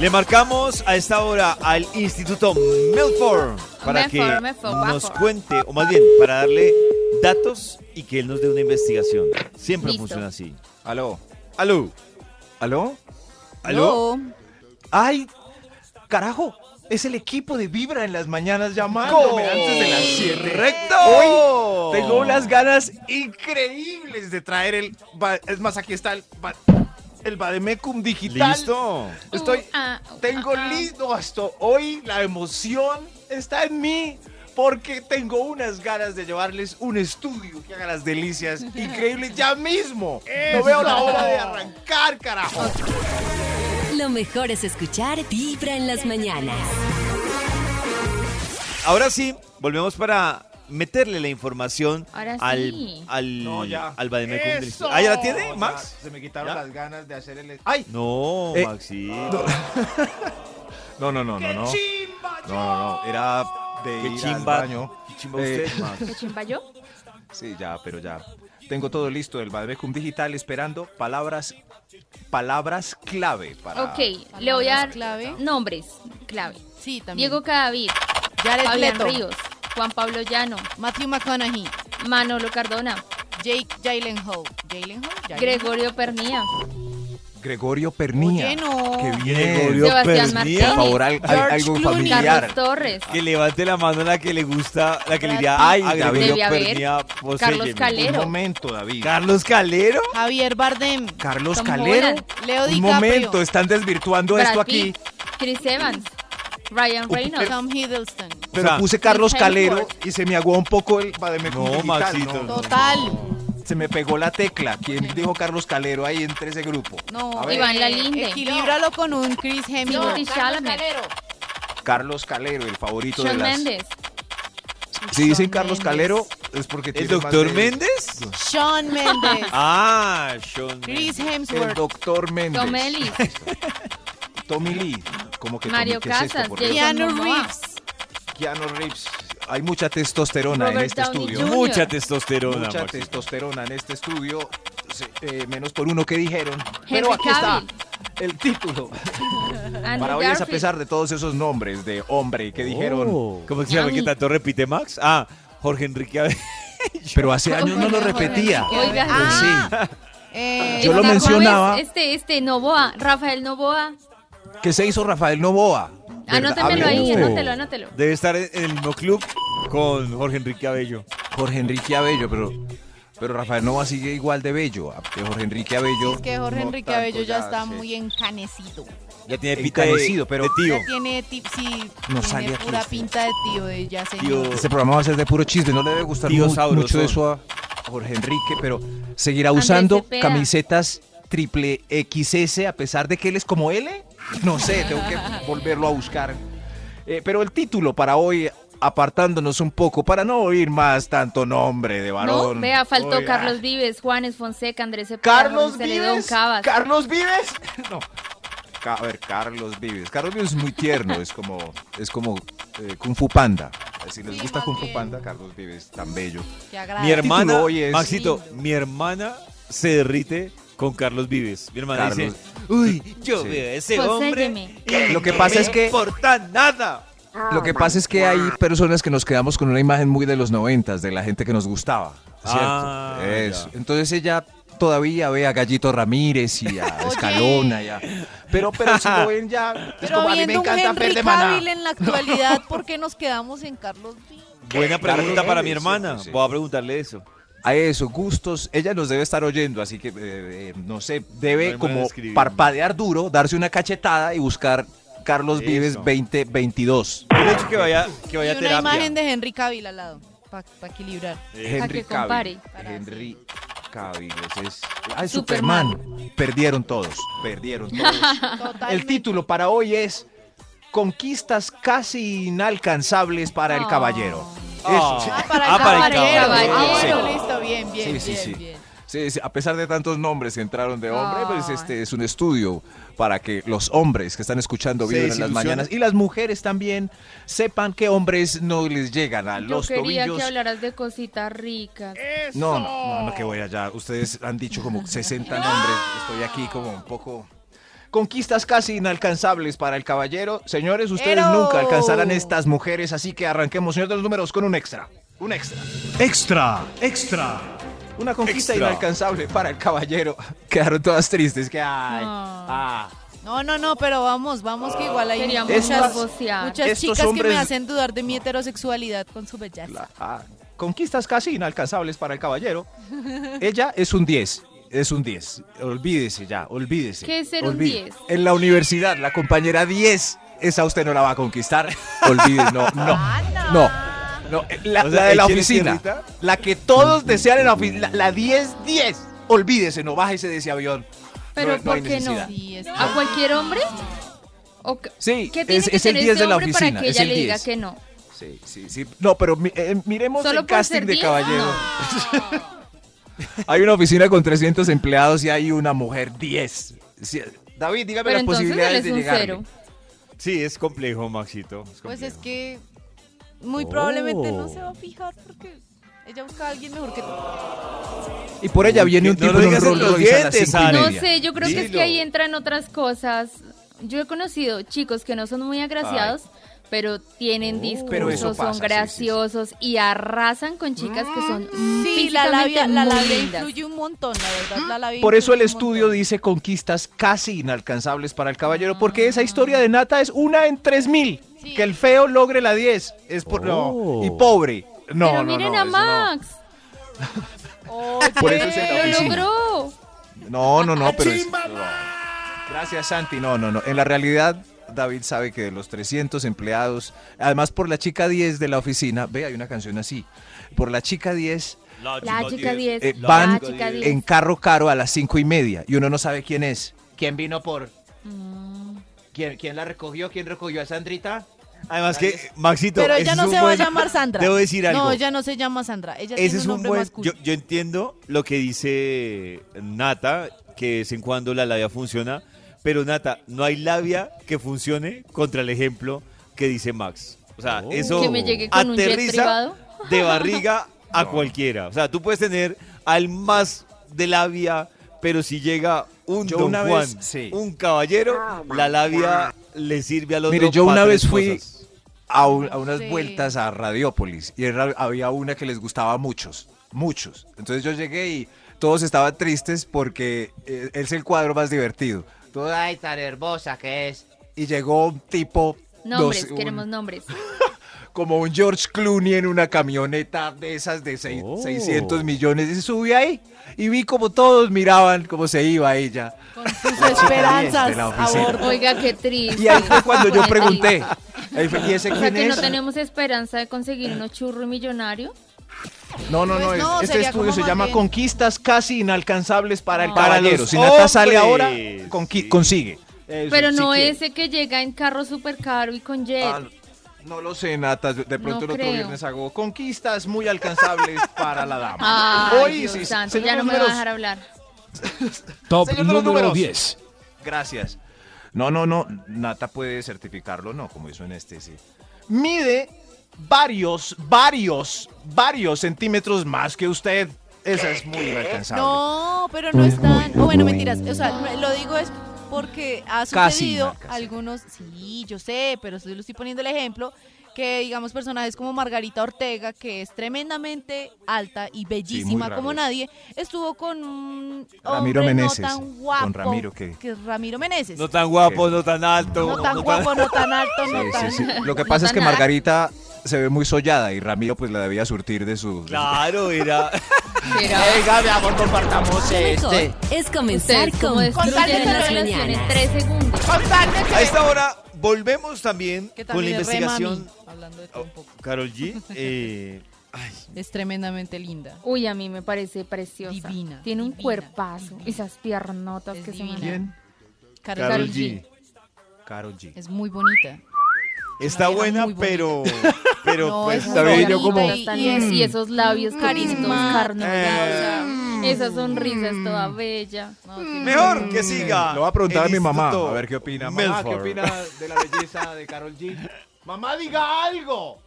Le marcamos a esta hora al Instituto Milford para Milford, que Milford, nos Milford. cuente, o más bien, para darle datos y que él nos dé una investigación. Siempre Listo. funciona así. Aló, Aló, aló. aló. No. ¡Ay! ¡Carajo! Es el equipo de Vibra en las mañanas llamándome antes de las 7. ¡Recto! Hoy tengo unas ganas increíbles de traer el. ba- Es más, aquí está el. ba- El Bademecum digital. Listo. Estoy. Uh, ah, uh, tengo ah, ah. listo esto. Hoy la emoción está en mí. Porque tengo unas ganas de llevarles un estudio que haga las delicias increíbles ya mismo. No veo la hora de arrancar, carajo. Lo mejor es escuchar Vibra en las mañanas. Ahora sí, volvemos para meterle la información Ahora al, sí. al, No, ya. al Bademecum ¡Eso! Digital. ¿Ah, ya la tiene, No, ya, Max? se me quitaron ¿Ya? las ganas de hacer el. ¡Ay! No, Eh, Maxi. No, no, no, no. No, no, no, no. Era de Qué ir al chimba. baño. Qué chimba Eh, usted, Max. ¿Qué chimba yo? Sí, ya, pero ya. Tengo todo listo del Bademecum Digital esperando palabras palabras clave para. Ok, le voy a dar clave. nombres clave. Sí, también. Diego Cadavid, Jared Fabián Leto. Ríos, Juan Pablo Llano, Matthew McConaughey, Manolo Cardona, Jake Jalen Ho. ¿Jalen Ho? Jalen Gregorio Pernía, Gregorio Pernía. Oye, no. Qué bien. Gregorio Sebastián Pernía. Martínez, Por favor, al- al- George algo Clooney. familiar. Carlos Torres, Que levante la mano la que le gusta, la que le diría, Ay, ay, David. David Debe haber. Pernía, Carlos Un Calero, momento, David. Carlos Calero. Javier Bardem, Carlos Tom Calero. Holland. Leo Un DiCaprio. momento, están desvirtuando esto Brad aquí. Pitt, Chris Evans, Ryan Reynolds, Tom Hiddleston. Pero O sea, puse Carlos Chris Hemsworth. Calero y se me aguó un poco el Bademecum No, digital, Maxito, ¿no? no. Total. Se me pegó la tecla. ¿Quién dijo Carlos Calero ahí entre ese grupo? No, eh, A ver. Iván Lalinde. Equilíbralo con un Chris Hemsworth. Timothy Chalamet, Carlos Calero, el favorito Shawn de las. Mendes, Si dicen Shawn Carlos Mendes. Calero es porque ¿El tiene más doctor de- Méndez? Sean Mendes. Ah, Sean Mendes. Chris El Hemsworth. doctor Méndez. Tom Ellis, Tommy Lee. Como que Mario Tommy, ¿qué es esto, Casas, por Jason Dios? Keanu Momoa. Reeves. Keanu Reeves. Hay mucha testosterona en Robert este Downey estudio. Jr. Mucha testosterona, Mucha Maxito. testosterona en este estudio, se- eh, menos por uno que dijeron. Pero aquí Cavill. está el título. Andrew Para hoy es a Garfield. pesar de todos esos nombres de hombre que dijeron. ¿Cómo se llama? Ay. ¿Qué tanto repite Max? Ah, Jorge Enrique Ave- Pero hace años no lo Jorge repetía. Enrique. Oiga, Pues sí. Eh, Yo lo Paco mencionaba. Abes, Ah, Este, este, Novoa, Rafael Novoa. ¿Qué se hizo Rafael Novoa? ¿Verdad? Ah, Anótamelo ahí, Hablemos. anótelo, anótelo. Debe estar en el mismo club con Jorge Enrique Abello. Jorge Enrique Abello, pero, pero Rafael Novoa sigue igual de bello. a- que Jorge Enrique Abello. es que Jorge no Enrique tanto, Abello ya está sí. muy encanecido. Ya tiene pita de, Encanecido, pero- de tío. Ya tiene tip, sí, No sale tiene aquí pura usted. pinta de tío de ya Tío. señor. Este programa va a ser de puro chisme, no le debe gustar Tío mu- sabrosón. mucho eso a Jorge Enrique, pero seguirá Andrés usando Cepeda. camisetas triple XS a pesar de que él es como L. No sé, tengo que volverlo a buscar. Eh, pero el título para hoy, apartándonos un poco, para no oír más tanto nombre de varón. No, vea, faltó Oiga. Carlos Vives, Juanes Fonseca, Andrés Cepeda, Carlos Ramón Celedón, Vives. Cabas. Carlos Vives. No. Ca- A ver, Carlos Vives. Carlos Vives es muy tierno, es como, es como eh, Kung Fu Panda. Si les Sí, gusta más Kung Fu bien. Panda, Carlos Vives, tan bello. Que agrada. Mi hermana, hoy es- Maxito, Sí. mi hermana se derrite con Carlos Vives. Mi hermana Carlos. dice, uy, yo Sí. veo a ese Pues, Poséyeme. hombre. y Lo que no pasa me es que- importa nada. Lo que pasa es que hay personas que nos quedamos con una imagen muy de los noventas, de la gente que nos gustaba. ¿cierto? Ah, Eso. ya. Entonces ella todavía ve a Gallito Ramírez y a Oye. Escalona. y a- Pero, pero si lo ven ya, es Pero como, a mí me viendo un encanta Henry Fer de Maná". Cavill en la actualidad, ¿por qué nos quedamos en Carlos Vives? Buena pregunta Carlos para mi Vives, hermana. sí, sí. Voy a preguntarle eso. a eso, gustos. Ella nos debe estar oyendo, así que, eh, eh, no sé, debe No hay manera de como escribirlo. parpadear duro, darse una cachetada y buscar Carlos Eso. Vives 2022. El hecho que vaya, que vaya y a una terapia. imagen de Henry Cavill al lado, para equilibrar. que compare. Henry Caviles es. Ay, Superman. Perdieron todos. Perdieron todos. El Totalmente. título para hoy es Conquistas casi inalcanzables para el Oh. caballero. Ah. Eso, sí. Ah, para el Ah, para el caballero. caballero. Ah, bueno, Sí. listo, bien, Sí, bien, sí, bien, sí. bien. Sí, sí, a pesar de tantos nombres que entraron de hombre, pues Ay. este es un estudio para que los hombres que están escuchando Se vibran en las desilusionan. mañanas y las mujeres también sepan que hombres no les llegan a Yo los quería tobillos. que hablaras de cositas ricas. No, no, no, no, que voy allá. Ustedes han dicho como 60 nombres. Estoy aquí como un poco. Conquistas casi inalcanzables para el caballero. Señores, ustedes ¡Ero! nunca alcanzarán estas mujeres, así que arranquemos, señor de los números, con un extra. Un extra. Extra, extra. Una conquista Extra. inalcanzable para el caballero. Quedaron todas tristes. Que ay. No. Ah. No, no, no, pero vamos, vamos que igual hay Queríamos muchas, babosear. muchas Estos chicas que hombres- me hacen dudar de mi heterosexualidad con su belleza. La- ah, Conquistas casi inalcanzables para el caballero. Ella es un 10. Es un 10. Olvídese ya, olvídese. ¿Qué es ser un Olvídese. 10? En la universidad, la compañera 10, esa usted no la va a conquistar. Olvídese, no, no, Ah, no. no, eh, La, O sea, la de la ¿quién es oficina. tierrita? La que todos desean en la oficina. La 10-10. Olvídese, no bájese de ese avión. Pero no, no hay ¿por qué no? necesidad. Sí, es- ¿A cualquier hombre? ¿O qué- Sí, ¿Qué tiene es- que es el tener 10 este de la hombre oficina, para que es ella el le diga 10. que no? Sí, sí, sí. No, pero mi- eh, miremos ¿Solo el por casting ser de 10? caballero. No. Hay una oficina con 300 empleados y hay una mujer 10. Sí, David, dígame Pero las entonces él posibilidades es de un llegar. cero. Sí, es complejo, Maxito. Pues complejo. es que muy Oh. probablemente no se va a fijar porque ella busca a alguien mejor que tú. Y por ella Uy, viene que un no tipo lo en un digas Rolls entre los Royce a las dientes, cinco y Ale. No media. sé, yo creo que es que Dilo. ahí entran otras cosas. Yo he conocido chicos que no son muy agraciados, pero tienen pero eso discursos, pasa, sí, son sí, sí. graciosos y arrasan con chicas que son Mm, Sí, la labia, la labia influye. influye un montón, la verdad. La labia Por eso el influye un estudio montón. dice conquistas casi inalcanzables para el Ah. caballero, porque esa historia de Nata es una en 3000. Sí. Que el feo logre la 10 es por no, Oh. y pobre. No, pero no, miren no, a eso no. Max, Oye, Por eso es en la lo oficina. logró. No, no, no, pero es- no. Gracias, Santi. No, no, no. En la realidad, David sabe que de los 300 empleados, además por la chica 10 de la oficina, ve, hay una canción así. Por la chica 10 La chica 10. eh, la van chica 10. en carro caro a las 5 y media y uno no sabe quién es. ¿Quién vino por? Mm. ¿Quién, quién la recogió? ¿Quién recogió a Sandrita? Además que, Maxito. Pero ese ella es no un se va a buen- llamar Sandra. Debo decir algo. No, ella no se llama Sandra. Ese Ella tiene es un un nombre buen. más Yo, yo entiendo lo que dice Nata, que de vez en cuando la labia funciona, pero Nata, no hay labia que funcione contra el ejemplo que dice Max. O sea, Oh. eso Que me llegue con un jet aterriza privado. de barriga a cualquiera. O sea, tú puedes tener al más de labia, pero si llega un Yo don una Juan, vez- sí. Ah, un caballero, la labia le sirve al otro. Mire, yo pa' una tres vez fui cosas. a, un- a unas Sí. vueltas a Radiópolis y era- había una que les gustaba a muchos, muchos. Entonces yo llegué y todos estaban tristes porque eh, es el cuadro más divertido. Todos, ay, tan hermosa que es. Y llegó un tipo, no Nombres, sé, un- queremos nombres. como un George Clooney en una camioneta de esas de seis- Oh. 600 millones y subí ahí y vi como todos miraban cómo se iba ella. Con sus La chica esperanzas de la a oficina. bordo. Oiga, qué triste. Y ahí fue cuando yo Qué pregunté, triste. ahí fue, ¿y ese O sea quién que no es? tenemos esperanza de conseguir unos churros millonarios. No, no, Pues no, es- no, este sería estudio como se más llama bien- Conquistas casi inalcanzables para el No. caballero. Para los si Nata sale ahora, hombres, conqui- sí. consigue. Eso, Pero si no quiere. ese que llega en carro súper caro y con jet. Ah, no lo sé, Nata, de pronto No el otro creo. viernes hago conquistas muy alcanzables para la dama. Ay, Hoy, Dios sí, santo, señor ya no me va a números, dejar hablar. Top Señor de los número números. 10. Gracias. No, no, no. Nata puede certificarlo, no, como hizo en este, sí. Mide varios, varios, varios centímetros más que usted. Esa es muy inalcanzable. No, pero no están. Oh, bueno, mentiras. O sea, no- lo digo es porque ha Casi, sucedido Marca, sí. algunos. Sí, yo sé, pero se lo estoy poniendo el ejemplo. Que digamos personajes como Margarita Ortega, que es tremendamente alta y bellísima raro como eso. nadie, estuvo con un Ramiro hombre Meneses, no con tan guapo Ramiro que- es Ramiro Meneses. No tan guapo, no tan alto. No tan guapo, no tan alto, Sí, no sí, tan. sí. Lo que pasa es que Nada. Margarita se ve muy sollada y Ramiro pues la debía surtir de su... de su- Claro, era. Pero este. Mejor es comenzar ustedes como con Vibra destruyen en la las relación en mañanas. tres segundos. A esta hora volvemos también, Que con la también es re mami, investigación. hablando de todo un poco. Carol G. eh, Oh. Es tremendamente linda. Uy, a mí me parece preciosa. Divina, Tiene un divina, cuerpazo. divina. Esas piernotas Es que se divina. manejan. ¿Quién? Karol Carol Karol G. G. Carol G. Es muy bonita. Está vieja buena, muy bonita. pero. Pero No, pues es muy también yo bonita como- Y, y- Mm. y esos labios Carismática, carismáticos, o Eh. esa sonrisa es toda bella. Mm. No, tiene- Mejor que siga. Lo voy a preguntar a el mi mamá. Instituto A ver qué opina. Mamá, ¿qué Milford. opina de la belleza de Carol G? Mamá, diga algo.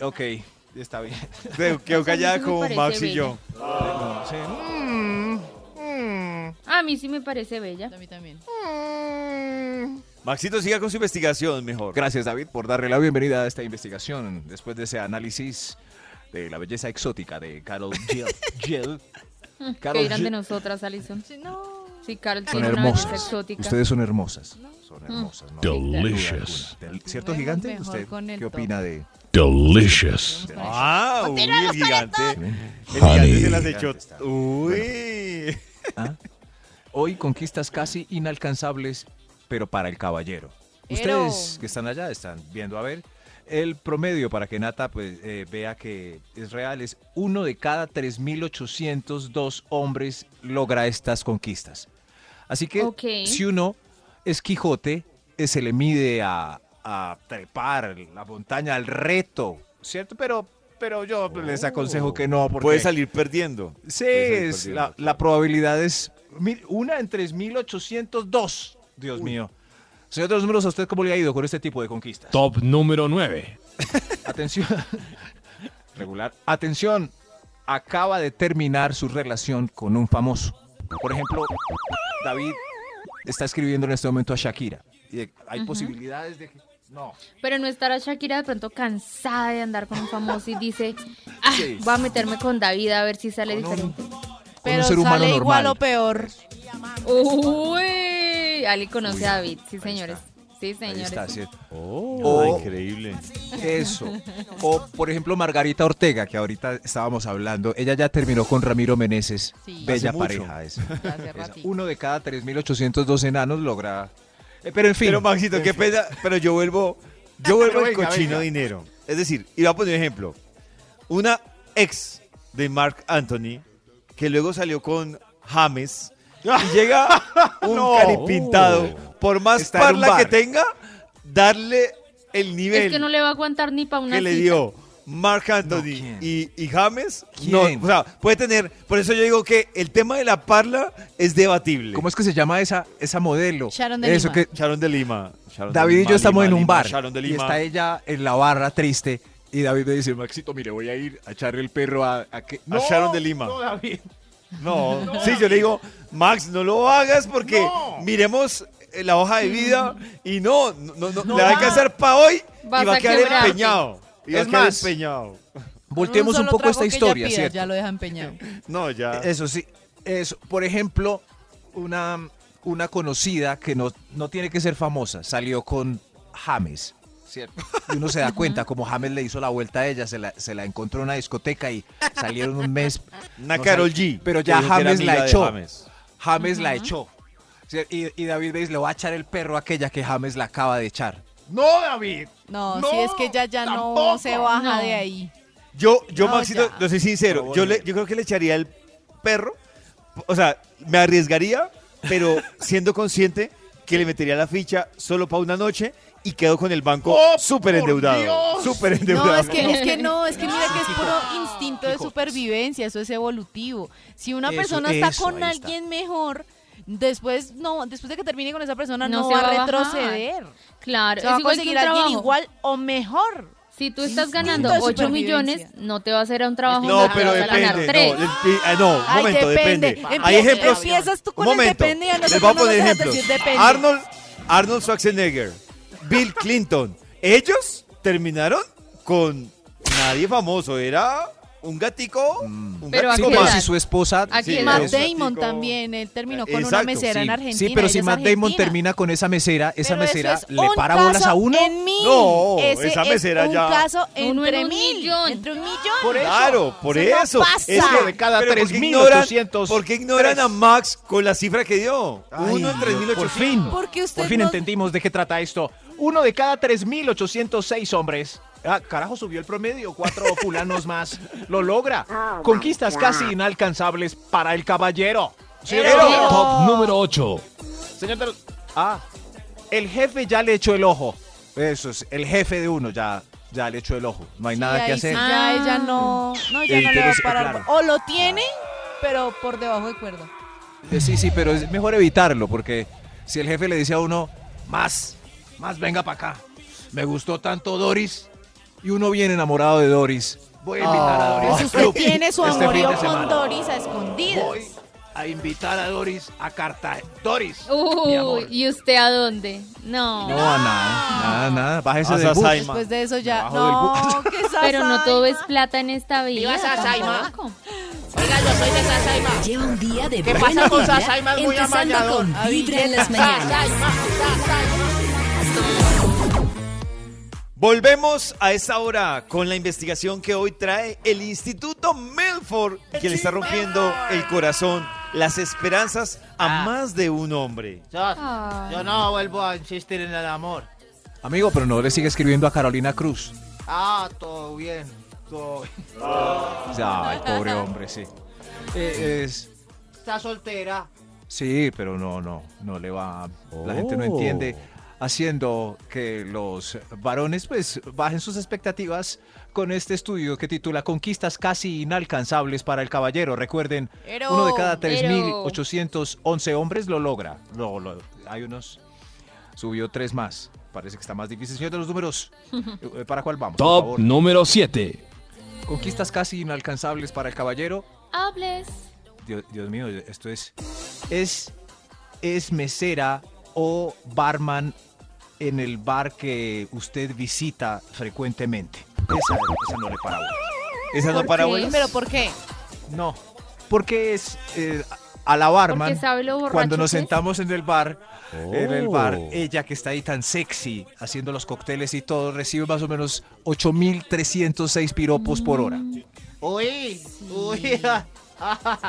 ok, está bien. Te quedo A mí callada sí me como parece Max y bella. yo. A mí sí me parece bella. A mí también. Maxito siga con su investigación mejor. Gracias, David, por darle la bienvenida a esta investigación. Después de ese análisis de la belleza exótica de Carol G. G. Mm, Que Karol dirán de G. nosotras, Alison? Sí, no. Sí, Carol Son tiene una belleza hermosas. exótica. Mm. Ustedes son hermosas. Son hermosas. ¿no? Delicious. Del- ¿Cierto, Vemos gigante? mejor ¿Usted con el qué top. opina de...? Delicious. Ah, uy, el gigante. El Honey. gigante se las echó. Gigante está. Uy. Hoy conquistas casi inalcanzables, pero para el caballero. Pero- Ustedes que están allá están viendo, a ver, el promedio para que Nata pues, eh, vea que es real es uno de cada 3.802 hombres logra estas conquistas. Así que Ok. si uno es Quijote, eh, se le mide a, a trepar la montaña, al reto, ¿cierto? Pero, pero yo les aconsejo que no. Porque Puede salir perdiendo. Sí, Puede salir es- perdiendo. la, la probabilidad es mil- una en 3.802. Dios mío. Señor de los números, ¿a usted cómo le ha ido con este tipo de conquistas? Top número 9. Atención. Regular. Atención. Acaba de terminar su relación con un famoso. Por ejemplo, David está escribiendo en este momento a Shakira. Y eh, hay posibilidades de que... No. Pero no estará Shakira de pronto cansada de andar con un famoso y dice, ah, Sí. voy a meterme con David a ver si sale Con un- diferente. Con Pero un ser humano sale igual normal. o peor. Uy, Ali conoce Uy, a David, sí ahí señores. Sí, señores. Ahí está, sí. Ah, O- increíble. Eso. O, por ejemplo, Margarita Ortega, que ahorita estábamos hablando, ella ya terminó con Ramiro Meneses. Sí. Bella Hace mucho. pareja esa. Hace Esa. ratito. Uno de cada 3.802 enanos logra... Eh, pero en fin. Pero Maxito, qué pena. Pero yo vuelvo. Yo vuelvo Pero al venga, cochino venga. dinero. Es decir, y voy a poner un ejemplo. Una ex de Mark Anthony, que luego salió con James, Ah. y llega un caripintado. Por más Uh. Está en un parla que bar. tenga, darle el nivel Es que no le va a aguantar ni para una que le cita. dio Mark Anthony ¿quién? y, y James, ¿Quién? no, o sea, puede tener, por eso yo digo que el tema de la parla es debatible. ¿Cómo es que se llama esa, esa modelo? Sharon de Eso Lima. que Sharon de Lima. Sharon de David y Lima, yo estamos Lima, en un Lima, bar. Sharon de Y Lima. está ella en la barra triste. Y David me dice, Maxito, mire, voy a ir a echarle el perro a... A, que... A Sharon de Lima. No, David. No, sí, yo le digo, Max, no lo hagas porque miremos eh, la hoja de Mm. vida y no, no, no, no, le va a alcanzar para hoy Vas y va a a quedar quebrarte. empeñado. Y va a Es quedar más. empeñado. Volteemos Con un solo poco trago esta que ella historia, pida, ¿cierto? Ya lo deja empeñado. No, Ah. ya. Eso sí, eso. Por ejemplo, una, una conocida que no, no tiene que ser famosa salió con James. ¿Cierto? Y uno se da cuenta, como James le hizo la vuelta a ella, se la, se la encontró en una discoteca y salieron un mes. Una no Carol sal- G. Pero que ya dijo que era James amiga la de echó. James, James. la echó. ¿Cier- Y, y David Bates le va a echar el perro a aquella que James la acaba de echar. No, David. No, No, si es que ella ya no tampoco. se baja No. de ahí. Yo, yo No, Maxito, ya. no soy sincero. Pero yo, le- bueno. yo creo que le echaría el perro. O sea, me arriesgaría, pero siendo consciente que le metería la ficha solo para una noche y quedo con el banco ¡Oh, súper por endeudado. Dios! Súper endeudado. No, es que, es que no, es que mira que es puro instinto de supervivencia, eso es evolutivo. Si una Eso, persona está eso, con ahí está. alguien mejor, después no, después de que termine con esa persona no, No se va va a a bajar. retroceder. Claro, Se va es a igual que un conseguir a alguien trabajo. igual o mejor. Si tú estás ganando instinto de 8 millones, supervivencia. no te va a hacer a un trabajo No, donde pero vas a ganar depende. tres. No, el- ah, no, un Ay, momento, depende. depende. Hay Empieza- ejemplos. empiezas Pues tú con un el momento. depende y a Les nosotros voy a no nos poner dejas ejemplos. decir depende. Arnold, Arnold Schwarzenegger, Bill Clinton. Ellos terminaron con nadie famoso. Era un gatico. Un Pero Sí, ¿a gatico qué pero más. si edad? su esposa... ¿A qué Sí, edad? Matt eso. Damon también, él terminó con una Exacto, mesera en Argentina. sí, pero ella si es Matt Damon argentina. termina con esa mesera, esa Pero eso mesera es le un para bolas caso a uno. en mil. No, Ese esa es mesera ya- Un caso Uno en entre un mil. millón. Entre un millón. Claro, por no eso. pasa. Uno de cada pero ¿por qué 3.800? ignoran- ¿Por qué ignoran a Max con la cifra que dio? Uno en 3.800. Por fin. Porque usted Por fin no- entendimos de qué trata esto. Uno de cada 3.806 hombres Ah, carajo, subió el promedio, cuatro fulanos más. Lo logra. Oh Conquistas casi inalcanzables para el caballero. ¿Sí o no? Top número 8. Señor de los- Ah, el jefe ya le echó el ojo. Eso es, el jefe de uno ya, ya le echó el ojo. No hay nada Y que ahí sí hacer. Ah. Eh, ya ella no, no, ya El no le va interés, a parar. claro. O lo tiene, pero por debajo de cuerda. Eh, Sí, sí, pero es mejor evitarlo porque si el jefe le dice a uno, más, más venga para acá. Me gustó tanto Doris y uno viene enamorado de Doris. Voy a invitar a Doris. Entonces al Ah. usted club tiene su Ah. este fin amorío de con semana. Doris a escondidas. Voy a invitar a Doris a Cartagena. Doris. mi Uy, amor. ¿y usted a dónde? No. No, a nada, nada, nada. Bájese Haz del bus. asaima. Después Pues de eso ya. No, Debajo que esa Pero no todo es vaina. plata en esta vida. Viva Sasaima. tampoco. Oiga, yo soy de Sasaima. Lleva un día de ¿Qué buena pasa con vibra, Sasaima? Es muy empezando amañadón. con Vibra en las mañanas. Sasaima, Sasaima. Volvemos a esta hora con la investigación que hoy trae el Instituto Milford, que le está rompiendo el corazón, las esperanzas a Ah. más de un hombre. Sos, Ay. Yo no vuelvo a insistir en el amor. Amigo, pero no le sigue escribiendo a Carolina Cruz. Ah, todo bien. Todo bien. Ay, pobre hombre, sí. Eh, es- Está soltera. sí, pero no, no, no le va. La gente no Oh. entiende. Haciendo que los varones pues bajen sus expectativas con este estudio que titula Conquistas casi inalcanzables para el caballero. Recuerden, Pero, uno de cada pero. 3.811 hombres lo logra. Lo- lo- hay unos... Subió tres más. Parece que está más difícil. Señor de los números, eh, ¿para cuál vamos? por Top favor? número 7. Conquistas casi inalcanzables para el caballero. Hables. Dios, Dios mío, esto es, es. Es mesera o barman en el bar que usted visita frecuentemente. Esa, esa no le para bola. Esa no ¿Por para qué? bolas. Pero ¿por qué? No. Porque es. eh, a la barman. Porque sabe lo borracho Cuando nos que es. sentamos en el bar, en el bar, Oh. ella que está ahí tan sexy, haciendo los cócteles y todo, recibe más o menos 8.306 piropos por hora. Mm, Uy, uy.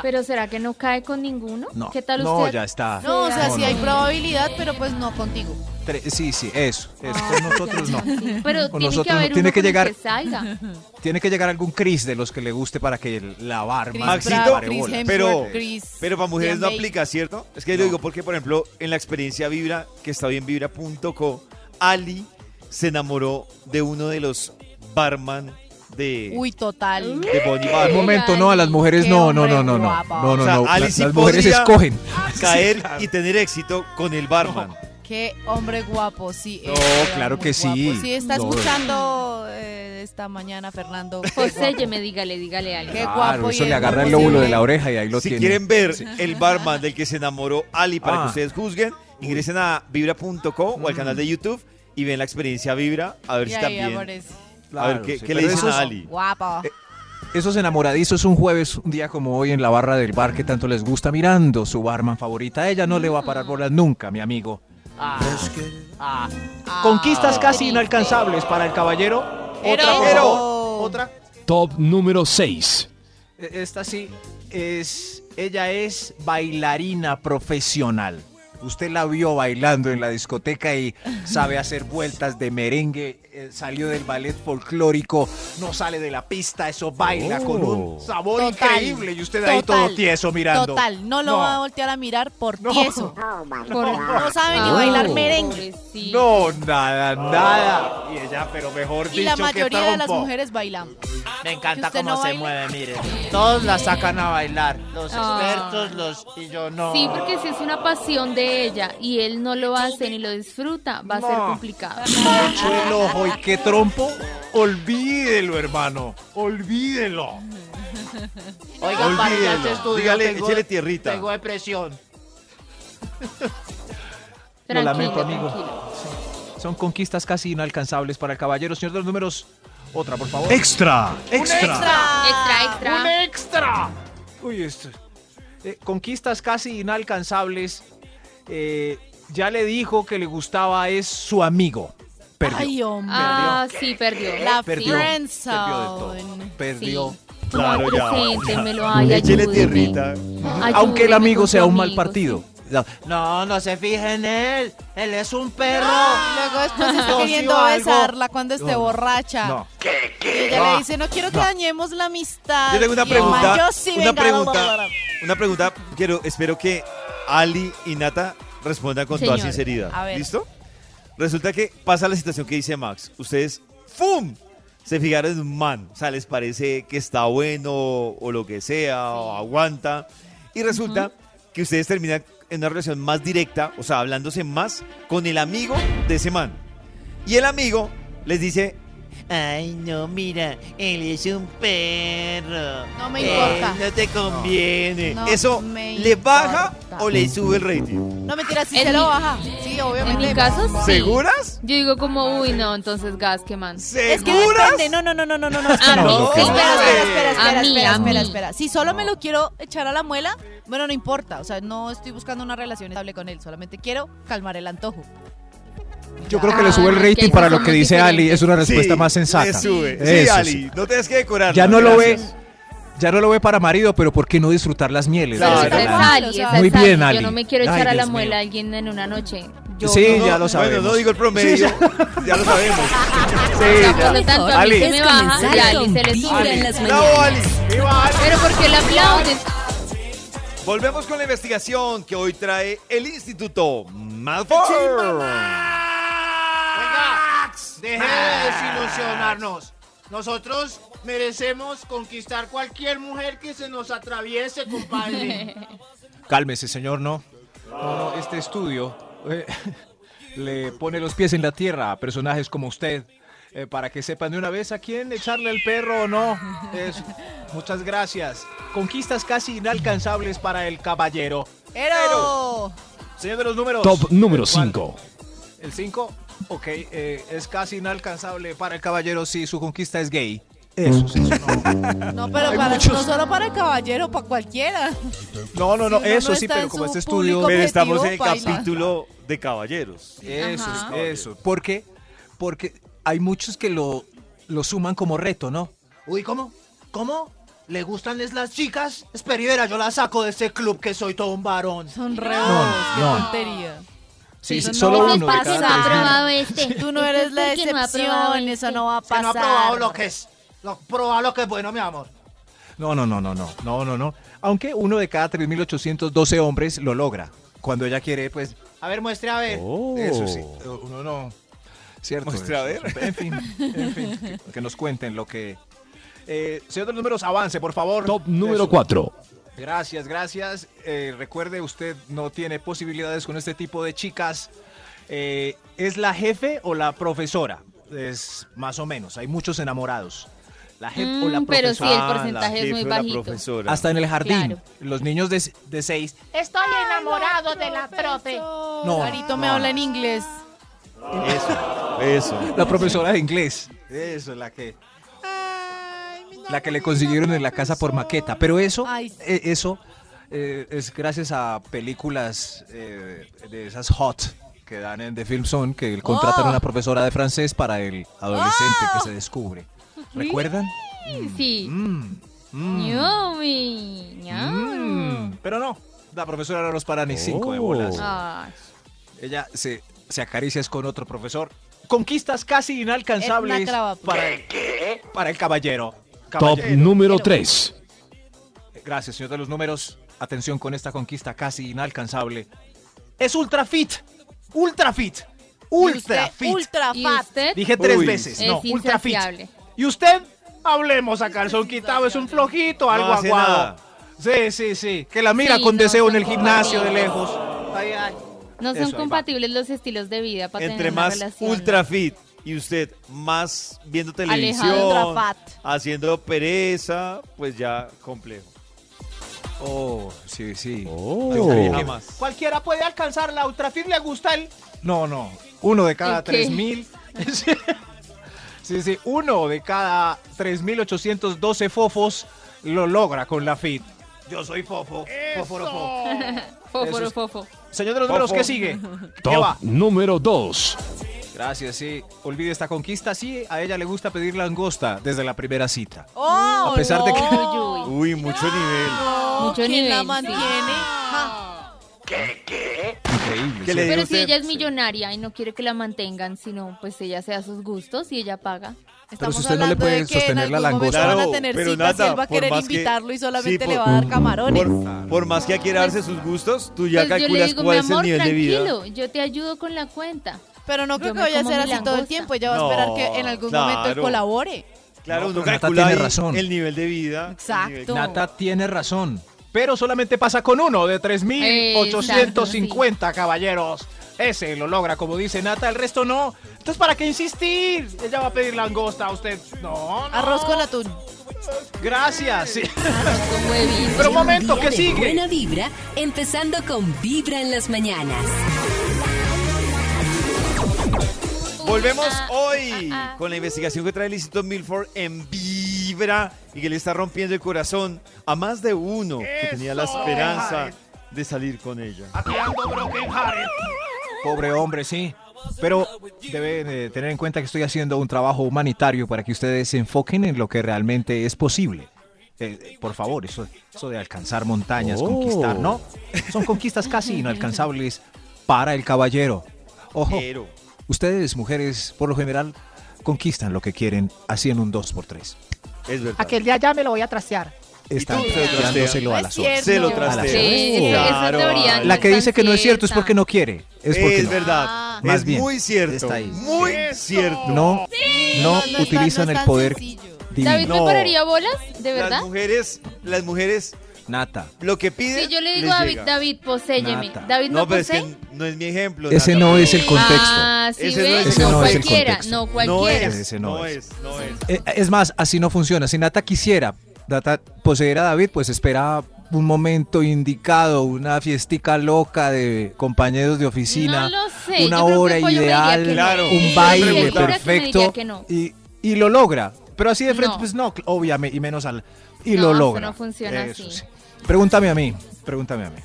Pero ¿será que no cae con ninguno? Ah. No, ¿Qué tal no, usted? ya está. No, o sea, No, sí no, hay no. probabilidad, pero pues no contigo. Tre- sí, sí, eso. eso. Ah, Con nosotros no. Pero Con tiene que nosotros no, haber uno tiene que con el llegar- salga. Tiene que llegar algún Chris de los que le guste para que el- la barba Maxito, pare bolas. Hemsworth, pero- Chris Pero para mujeres no Jembe. aplica, ¿cierto? Es que yo digo, porque por ejemplo, en la experiencia Vibra, que está bien Vibra.co, Ali se enamoró de uno de los barman de, Uy, total. de Bonnie Bar. Un momento, no, a las mujeres Qué no, no, hombre no, no, no. guapo. No, no, O sea, no. La- Ali Las, sí mujeres podría- escogen. Ah, Caer y tener éxito con el barman. Qué hombre guapo, sí. No, es un claro hombre que sí. guapo. Si está No. escuchando eh, esta mañana, Fernando. José, yo me dígale, dígale algo. Qué Claro, guapo eso y le es agarra el posible. lóbulo de la oreja y ahí lo si tiene. quieren ver el barman del que se enamoró Ali para Ah. que ustedes juzguen, ingresen a vibra.co o al canal de YouTube y ven la experiencia Vibra, a ver Y si ahí también. aparece. a ver sí, qué, Eh, qué le pero dicen esos- a Ali. Guapo. Esos enamoradizos un jueves, un día como hoy en la barra del bar que tanto les gusta mirando su barman favorita. Ella no le va a Ah. parar bolas nunca, mi amigo. Ah, ah, ah. Conquistas casi inalcanzables para el caballero. Otra, por Pero- favor. Otra. Top número 6. E- Esta sí es. Ella es bailarina profesional. Usted la vio bailando en la discoteca y sabe hacer vueltas de merengue. eh, salió del ballet folclórico, no sale de la pista, eso baila con un sabor Total, increíble. Y usted ahí total, todo tieso mirando. Total, no lo va a voltear a mirar por No. Oh, tieso. Por- No sabe ni Ay, bailar merengue. pobrecito. No, nada, nada. Y ella, pero mejor dicho, Y la que mayoría de las trompo. mujeres bailan. Me ¿Que encanta usted cómo no se baila? mueve, mire. Todos la sacan a bailar. Los Ah. expertos, los. Y yo no. Sí, porque si es una pasión de ella y él no lo hace ni lo disfruta, va a ser complicado. Me echó el ojo y qué trompo. Olvídelo, hermano. Olvídelo. Oiga, para allá Olvídelo. ese estudio. Dígale, tengo- échele tierrita. Tengo depresión. Lo lamento, Tranquilo, amigo. tranquilo. Son conquistas casi inalcanzables para el caballero. Señor de los números, otra, por favor. Extra, extra. Ah, Extra, extra. extra! Uy, esto. eh, conquistas casi inalcanzables. Eh, ya le dijo que le gustaba, es su amigo. Perdió. Ay, hombre. Ah, sí, perdió. La sí. perdió. Perdió de friendzone. todo. Perdió. Sí. Claro, ya. Preséntemelo, ay, Échele ayúdeme. tierrita. Ayúdeme Aunque el con amigo su sea un mal amigo, partido. sí. No. No, no se fije en él. Él es un perro. Y luego después está Tosió queriendo algo. besarla cuando esté borracha. no. Y ella le dice, no quiero que dañemos la amistad. Yo tengo una Y el man, pregunta. Yo sí, una venga, pregunta. blablabla". Una pregunta. Quiero, espero que Ali y Nata respondan con toda Señor, sinceridad. a ver. ¿Listo? Resulta que pasa la situación que dice Max. Ustedes, ¡fum! Se fijaron en un man. O sea, les parece que está bueno o lo que sea, o aguanta. Y resulta que ustedes terminan en una relación más directa, o sea, hablándose más con el amigo de ese man. Y el amigo les dice, Ay, no, mira, él es un perro. No me Él importa. Eh, No te conviene. No ¿eso me le baja importa. o le sube el rating? No, mentira, sí En se mi- lo baja. Sí, En obviamente. mi caso, sí. ¿Seguras? Yo digo como, uy, no, entonces gas, qué man. Es que depende. No, no, no, no, no, no, no. espera. Ah, no, No, no, Espera, no. espera, espera, espera, A mí, espera, a mí. espera, espera. Si solo me lo quiero echar a la muela, bueno, no importa. O sea, no estoy buscando una relación estable con él. Solamente quiero calmar el antojo. Yo creo que le sube el Ah, es que rating ahí para son lo que muy dice Ali. diferentes. Es una respuesta Sí, más sensata. le sube. Sí, Eso Ali, sí. no tienes que decorar. Ya no lo ve. Ya no lo ve para marido, pero ¿por qué no disfrutar las mieles? Claro. Esa es Esa la es verdad. Ali, esa Muy es Ali. bien, Yo Ali. no me quiero Ay, echar a la Dios muela mío. a alguien en una noche. Yo Sí, no. ya lo sabemos. sabemos. Bueno, no digo el promedio, Sí, ya lo sabemos. O sea, Sí, por lo tanto, a mí Ali. se me Es baja comenzar y a Ali con se le vibra en sube. las Bravo, mañanas. Ali. Pero porque le aplauden. Volvemos con la investigación que hoy trae el Instituto Malfoy. Oiga, deje de desilusionarnos. Nosotros merecemos conquistar cualquier mujer que se nos atraviese, compadre. Cálmese, señor, no. No, no, este estudio eh, le pone los pies en la tierra a personajes como usted eh, para que sepan de una vez a quién echarle el perro o no. Eso. Muchas gracias. Conquistas casi inalcanzables para el caballero. ¡Ero! Señor de los números. Top número ¿El cuál? 5. El 5. Ok, eh, es casi inalcanzable para el caballero si su conquista es gay. Eso sí, eso no. No, pero Hay para, muchos. no solo para el caballero, para cualquiera. No, no, no, Si uno eso no sí, está pero en como su este estudio. público- Pero estamos en el Objetivo, baila. capítulo de caballeros. Eso, Ajá. eso. ¿Por qué? Porque hay muchos que lo, lo suman como reto, ¿no? Uy, ¿cómo? ¿Cómo? ¿Le gustan es las chicas? Esperivera, yo la saco de este club que soy todo un varón. Son re No, bobos, qué no. tontería. Sí, Eso sí, no solo va a uno de cada pasar. tres mil. este. Tú no eres la ¿Por qué no ha excepción, probado eso este? no va a Que pasar. no ha probado lo que es. No, probado lo que es bueno, mi amor. No, no, no, no, no, no, no, no. Aunque uno de cada 3.812 hombres lo logra. Cuando ella quiere, pues, A ver, muestre a ver. Oh. eso sí. Eh, Uno no. Cierto. Muestra, a ver. En fin, en fin, que, que nos cuenten lo que... Eh, señor de los números, avance, por favor. Top número Eso. 4. Gracias, gracias. Eh, recuerde, usted no tiene posibilidades con este tipo de chicas. Eh, ¿Es la jefe o la profesora? Es más o menos. Hay muchos enamorados. La jefe o la Mm, pero sí, profesora. el porcentaje es muy bajito. Hasta en el jardín. Claro. Los niños de, de seis. Estoy enamorado de la profe. No, Oh, No, Carito me no. habla en inglés. Eso, eso. La profesora de inglés. Eso, la que. La que le consiguieron en la casa por maqueta. Pero eso, Ay, sí. eh, eso eh, es gracias a películas eh, de esas hot que dan en The Film Zone, que contratan Oh. a una profesora de francés para el adolescente que se descubre. ¿Recuerdan? Sí. Mm, mm, Yummy. Yum. mm. Pero no, la profesora no los para ni cinco de Oh. bolas. Ah. Ay, Ella se, se acaricia es con otro profesor. Conquistas casi inalcanzables Edna Krabappel. para, el- para el caballero. Top Caballero. número 3. Gracias, señor de los números. Atención con esta conquista casi inalcanzable. Es ultra fit. Ultra fit. Ultra Y usted, fit. Ultra ¿Y fat. usted? Dije tres Uy, veces. es no, ultra fit. insaciable. Y usted, Hablemos a calzón quitado, es un flojito, No algo hace aguado. nada. sí, sí, sí. Que la mira Sí, con no, deseo en son el gimnasio de lejos. Ay, ay. No Eso, son ahí va. compatibles los estilos de vida para Entre tener una más relación. ultra fit y usted más viendo Alejado. televisión, haciendo pereza, pues ya complejo. Oh, sí, sí. Nada más. Cualquiera puede alcanzar la ultrafit, le gusta el No, no. Uno de cada ¿El qué? tres mil. Sí, sí. Uno de cada 3.812 fofos lo logra con la fit. Yo soy fofo. Foforo, Fofo, Eso es- fofo. Señor de los números, ¿qué sigue? ¿Qué Top va? número 2. Gracias, sí. Olvide esta conquista, sí. A ella le gusta pedir langosta desde la primera cita. Oh, A pesar de que- no. Uy, uy. Uy, mucho nivel. No, Mucho ¿quién la nivel, sí. mantiene? Ja. Increíble. ¿Qué ¿sí? le digo? Pero si usted- ella es sí. millonaria y no quiere que la mantengan, sino pues ella se da sus gustos y ella paga. Pero Estamos si usted no le hablando puede de que sostener en la algún momento langosta. van Claro, a tener pero citas y nada, él va a por querer más que- invitarlo y solamente sí, le por- va a dar camarones. Por, por más que quiera darse sus gustos, tú ya Pues yo le calculas digo, mi cuál es el amor, nivel de vida. tranquilo, yo te ayudo con la cuenta. Pero no creo Yo que me vaya a como mi ser así todo el langosta. tiempo. Ella va No, a esperar que en algún momento él claro. colabore. Claro, No, uno pero Nata calcula tiene ahí razón. el nivel de vida. Exacto. el nivel- Nata tiene razón. Pero solamente pasa con uno de 3.850 caballeros. Ese lo logra, como dice Nata, el resto no. Entonces, ¿para qué insistir? Ella va a pedir langosta a usted. No, no. Arroz con atún. Gracias. sí. Con huevitos. Pero un momento, Día ¿qué de sigue? Buena vibra, empezando con Vibra en las mañanas. Volvemos Ah, hoy ah, ah. con la investigación que trae Licito Milford en Vibra y que le está rompiendo el corazón a más de uno que tenía la ¡Eso! esperanza de salir con ella. Aquí ando, Broken Jared. Pobre hombre, sí. Pero deben eh, tener en cuenta que estoy haciendo un trabajo humanitario para que ustedes se enfoquen en lo que realmente es posible. Eh, eh, por favor, eso, eso de alcanzar montañas, conquistar, ¿no? Oh. Son conquistas casi inalcanzables para el caballero. Ojo, Pero, ustedes, mujeres, por lo general, conquistan lo que quieren así en un 2x3. es verdad. Aquel de allá me lo voy a trasear. Están tú se lo trasteas. dándoselo a No las es horas. Se lo No, trastea. a la Sí, suerte. esa- esa Claro, teoría ay. no La que tan dice que no es cierto es cierta. porque no quiere. Es Es, porque no. verdad. Ah. Más es bien, muy cierto. está ahí. Muy cierto. No, no es tan- utilizan no es el tan poder sencillo. divino. ¿David No. me pararía bolas? ¿De verdad? Las mujeres, las mujeres, Nata. lo que piden. Si yo le digo les a David, llega. David, poséyeme. Nata. David No, no, pero es posee. que no es mi ejemplo. Ese Nata. no es el contexto. Ah, sí, Ese no ves, es el no, contexto. cualquiera, Ese no No cualquiera. es. Ese no no es. es, no es. Eh, Es más, así no funciona. Si Nata quisiera Nata poseer a David, pues espera un momento indicado, una fiestica loca de compañeros de No oficina, lo sé, una yo creo que hora Pollo me diría ideal, que Claro. no. un Estoy baile segura que me diría perfecto que no. y, y lo logra. Pero así de frente, No. pues no, cl- obviamente, y menos al... Y No, lo eso logra. no funciona Eso así. sí. Pregúntame a mí, pregúntame a mí.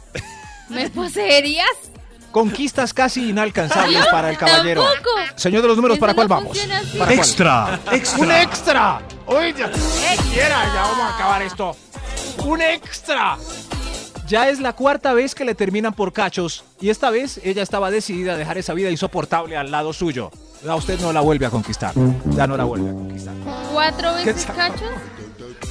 ¿Me poseerías? Conquistas casi inalcanzables para el caballero. Tampoco. Señor de los números, Eso ¿para cuál no vamos? funciona así. ¿Para cuál? Extra, ¡Un extra, extra! ¡Oiga! quiera! Ya vamos a acabar esto. ¡Un extra! Ya es la cuarta vez que le terminan por cachos y esta vez ella estaba decidida a dejar esa vida insoportable al lado suyo. A usted no la vuelve a conquistar. Ya no la vuelve a conquistar. ¿Cuatro veces saco? cachos?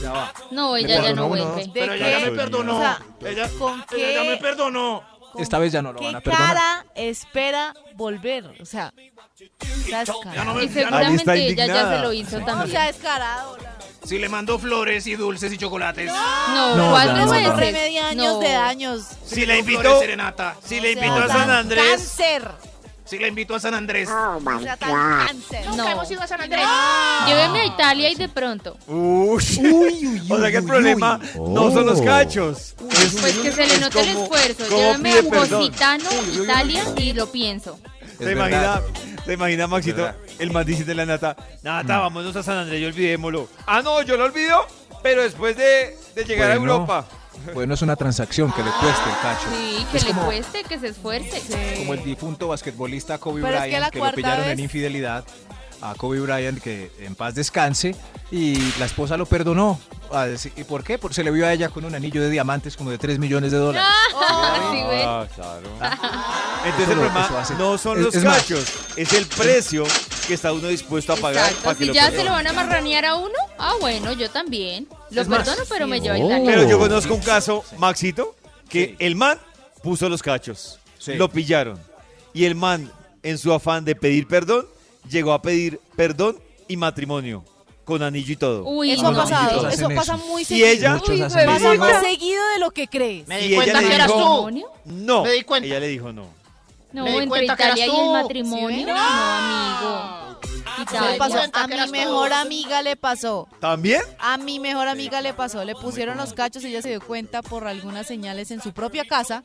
Ya va. No, ella ya no Uno, uno. vuelve. ¿De Pero qué? ella ya me perdonó. O sea, ella, ¿con ella ya qué, me perdonó. con Esta vez ya no lo qué van a perdonar. cara espera volver? O sea, está descarado. Y Ahí está seguramente ella ya indignada. se lo hizo No, o también. sea, descarado. la- Si le mandó flores y dulces y chocolates. No, No, cuatro ya no, veces. no. Remedia años No. de daños. Si le le invitó- invitó serenata. Si le O sea, invitó a tan San Andrés, Cáncer. Si le invitó a San Andrés. O sea, tan cáncer. No. Nunca hemos ido a San Andrés. Lléveme a Italia y de pronto. Uy. o sea que el problema no son Oh. los cachos. Pues que se le note el esfuerzo. cómo Lléveme pide a perdón. Positano, Italia y lo pienso. Es ¿Te verdad. imaginas, ¿Te imaginas, Maxito? verdad. El man de la nata. Nata, vámonos a San Andrés y olvidémoslo. Ah, no, yo lo olvido, pero después de, de llegar Bueno. a Europa. Bueno, es una transacción que le cueste el cacho. Sí, que Es le como- cueste, que se esfuerce. Como el difunto basquetbolista Kobe Pero es que Bryant, la que, lo cuarta pillaron en vez- infidelidad. A Kobe Bryant, que en paz descanse. Y la esposa lo perdonó. A decir- ¿Y por qué? Porque se le vio a ella con un anillo de diamantes como de 3 millones de dólares. Ah, sí, ve. claro. Eso Entonces lo- el eso problema hace- no son es- los es más. cachos, es el precio que está uno dispuesto a pagar Exacto, para que si lo ya se perdonen. lo van a marranear a uno, ah bueno, yo también. Lo Es más, perdono, pero me llevo a Oh. Italia. Pero yo conozco un caso, Maxito, que Sí. el man puso los cachos. Sí. Lo pillaron. Y el man, en su afán de pedir perdón, llegó a pedir perdón y matrimonio. Con anillo y todo. Uy, Eso no. ha pasado. Muchos Eso hacen pasa eso. muy Y seguido. ella, Muchos Uy, hacen pero- eso. Pasa dijo- más seguido de lo que crees. Me Y di ella cuenta le que eras dijo- tú. ¿Matrimonio? no. Me di cuenta. Ella le dijo no. No, Me di entre cuenta que eras Italia y el tú. ¿Sí matrimonio. ven? no, amigo. Le pasó- Italia. a mi mejor amiga le pasó. ¿También? A mi mejor amiga le pasó, le pusieron los cachos, ella se dio cuenta por algunas señales en su propia casa.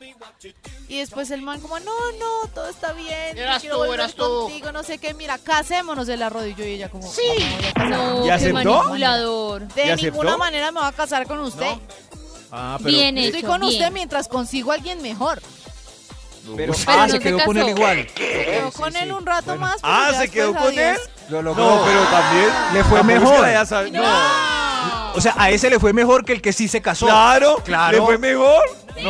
Y después el man como, no, no, todo está bien. Eras quiero tú, volver eras tú. contigo, no sé qué, mira, casémonos de la rodilla. Y ella como, sí. No, ¿Y qué aceptó? manipulador. De ¿Y aceptó? ninguna manera me voy a casar con usted. Ah, pero, Bien hecho, Estoy con bien. usted mientras consigo a alguien mejor. Pero pero- ah, no se se quedó con él casó. igual. Quedó Sí, con sí. él un rato Bueno, más. pero Ah, ¿se ya después quedó con adiós. él? Lo No, logró. pero también. Le fue tampoco es mejor. que la haya sab- no. O sea, a ese le fue mejor que el que sí se casó. Claro, Claro. Le fue mejor. Le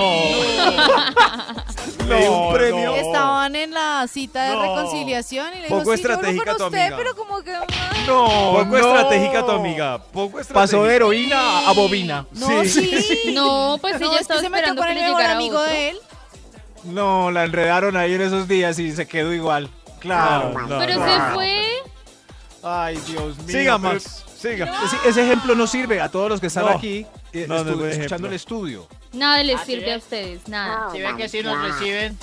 di un premio. Estaban en la cita de No. reconciliación y le Poco dijo, sí, yo hablo estratégica con tu usted, amiga. pero como que... ah, No, Poco estratégica tu amiga. Poco estratégica. Pasó de heroína a bobina. No, sí. No, pues No, ella es que estaba se metió esperando con que el le mejor llegara amigo otro. de él. No, la enredaron ahí en esos días y se quedó igual. Claro. No, no, Pero no. se fue. Ay, Dios mío. Siga, pero- Max. Siga. Ese, ese ejemplo no sirve a todos los que están No. aquí eh, No, no es estu- buen escuchando ejemplo. el estudio. Nada les Así sirve a es. ustedes, nada. Si ven que si nos reciben,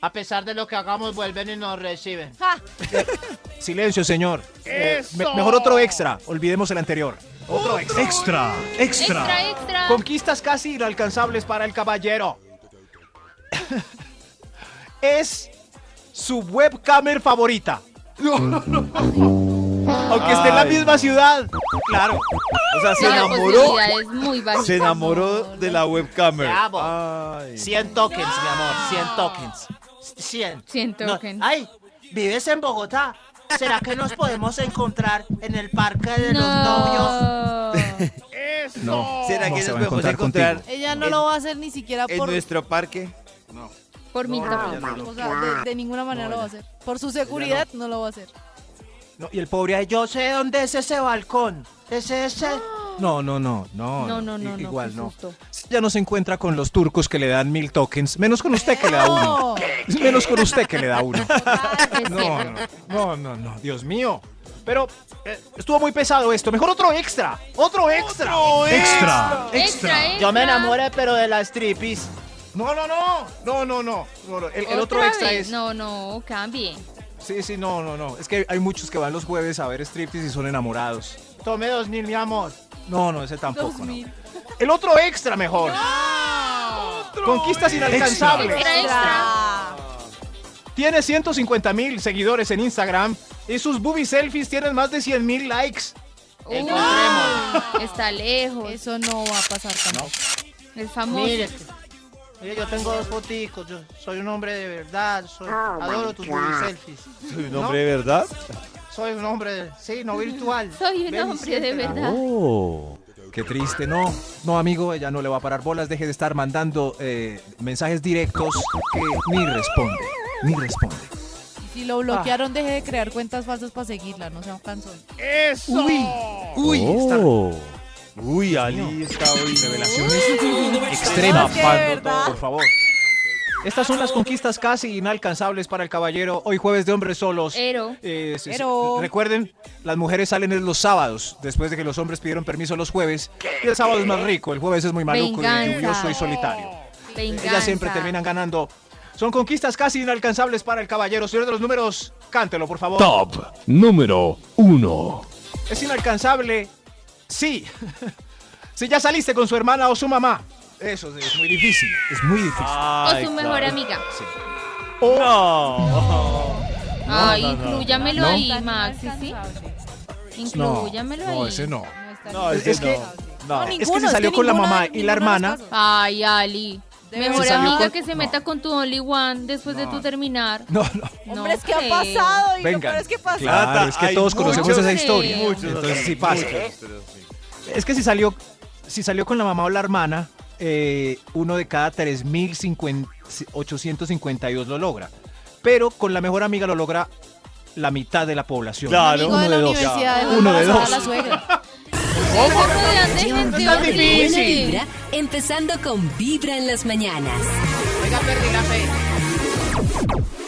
a pesar de lo que hagamos, vuelven y nos reciben. Ja, Silencio, señor. Eh, ¡Eso! me- mejor otro extra. Olvidemos el anterior. Otro extra. Extra, extra. Extra, extra. Conquistas casi inalcanzables para el caballero. es su webcamer favorita. Aunque esté en la Ay. misma ciudad. Claro. O sea, se No, la enamoró. posibilidad es muy baja. Se enamoró de la webcamer. Te amo. Ay. 100 tokens, mi amor, 100 tokens. 100. 100 No, tokens. Ay, ¿vives en Bogotá? ¿Será que nos podemos encontrar en el parque de los novios? No. No. ¿Será que se nos va a podemos contigo. encontrar ella no En- lo va a hacer ni siquiera en por... nuestro parque? Por mi tamaño. O sea, de, de ninguna manera lo va a hacer. Por su seguridad no. lo va a hacer. No, y el pobre ahí, yo sé dónde es ese balcón. Es ese. No, no, no, no. No, no, i- no, no, Igual qué no. susto. Ya no se encuentra con los turcos que le dan mil tokens, menos con usted que le da uno. Menos con usted que le da uno. Pues No, no, no, no, no, Dios mío. Pero eh, estuvo muy pesado esto. Mejor otro extra. Otro extra. Extra, Extra, extra. extra. Yo me enamoré, pero de las tripis. No, no, no. No, no, no. No, no, El, el otro ¿Otra extra vez? es. No, no, cambie. Sí, sí, no, no, no. Es que hay muchos que van los jueves a ver striptease y son enamorados. Tomé dos mil, mi amor. No, no, ese tampoco. no. 2000. El otro extra mejor. Conquistas inalcanzables. Extra, extra. Tiene 150 mil seguidores en Instagram y sus booby selfies tienen más de 100 mil likes. Uy, Encontremos. está Extra. lejos. Eso no va a pasar tampoco. Es famoso. Mire, mire, yo tengo dos foticos. Yo soy un hombre de verdad. soy- adoro tus baby selfies. ¿Soy un hombre de verdad? Soy un hombre, de- sí, no virtual. Soy un Ven y hombre de siéntela. verdad. Qué triste, no. No, amigo, ella no le va a parar bolas. Deje de estar mandando eh, mensajes directos que ni responde. Ni responde. Y si Ah. lo bloquearon, deje de crear cuentas falsas para seguirla, no sea un cansón. Uy, uy, esta Oh. Uy, Ali está hoy. revelación es extrema. Es que de Pablo, verdad. por favor. Estas son las conquistas casi inalcanzables para el caballero. Hoy jueves de hombres solos. Ero. Eh, sí, sí. Pero- Recuerden, las mujeres salen en los sábados, después de que los hombres pidieron permiso los jueves. Y el sábado es más rico, el jueves es muy maluco, y Venganza. lluvioso y solitario. Venganza. Ellas siempre terminan ganando. Son conquistas casi inalcanzables para el caballero. Señor de los números, cántelo, por favor. Top número 1. Es inalcanzable, sí. si ya saliste con su hermana o su mamá. Eso es muy difícil, es muy difícil. O su mejor amiga. Ay, Ah, inclúyamelo No. ahí, Max, ¿sí? sí? Inclúyamelo ahí. no, ese no. está No, bien. ese Es que- no. No. Es ninguno, que si salió con la ninguno- mamá y la ninguno de los hermana- casos. Ay, Ali. Debe mejor ser. Salió amiga con- que se No. meta con tu Only One después de tu terminar. No, no. No Hombres que han creo. pasado y lo Venga. peor es que pasó. Claro, es que Hay todos conocemos muchos, esa sí. historia. Muchos, Entonces sí pasa. Es que si salió, si salió con la mamá o la hermana, eh, uno de cada 3.852 lo logra. Pero con la mejor amiga lo logra la mitad de la población. Claro. Amigo de Uno la de dos. universidad dejó Uno de embarazada dos. a la suegra. ¿Cómo? de gente Llevan horrible. buena vibra, empezando con Vibra en las mañanas. Oiga, perdí la fe.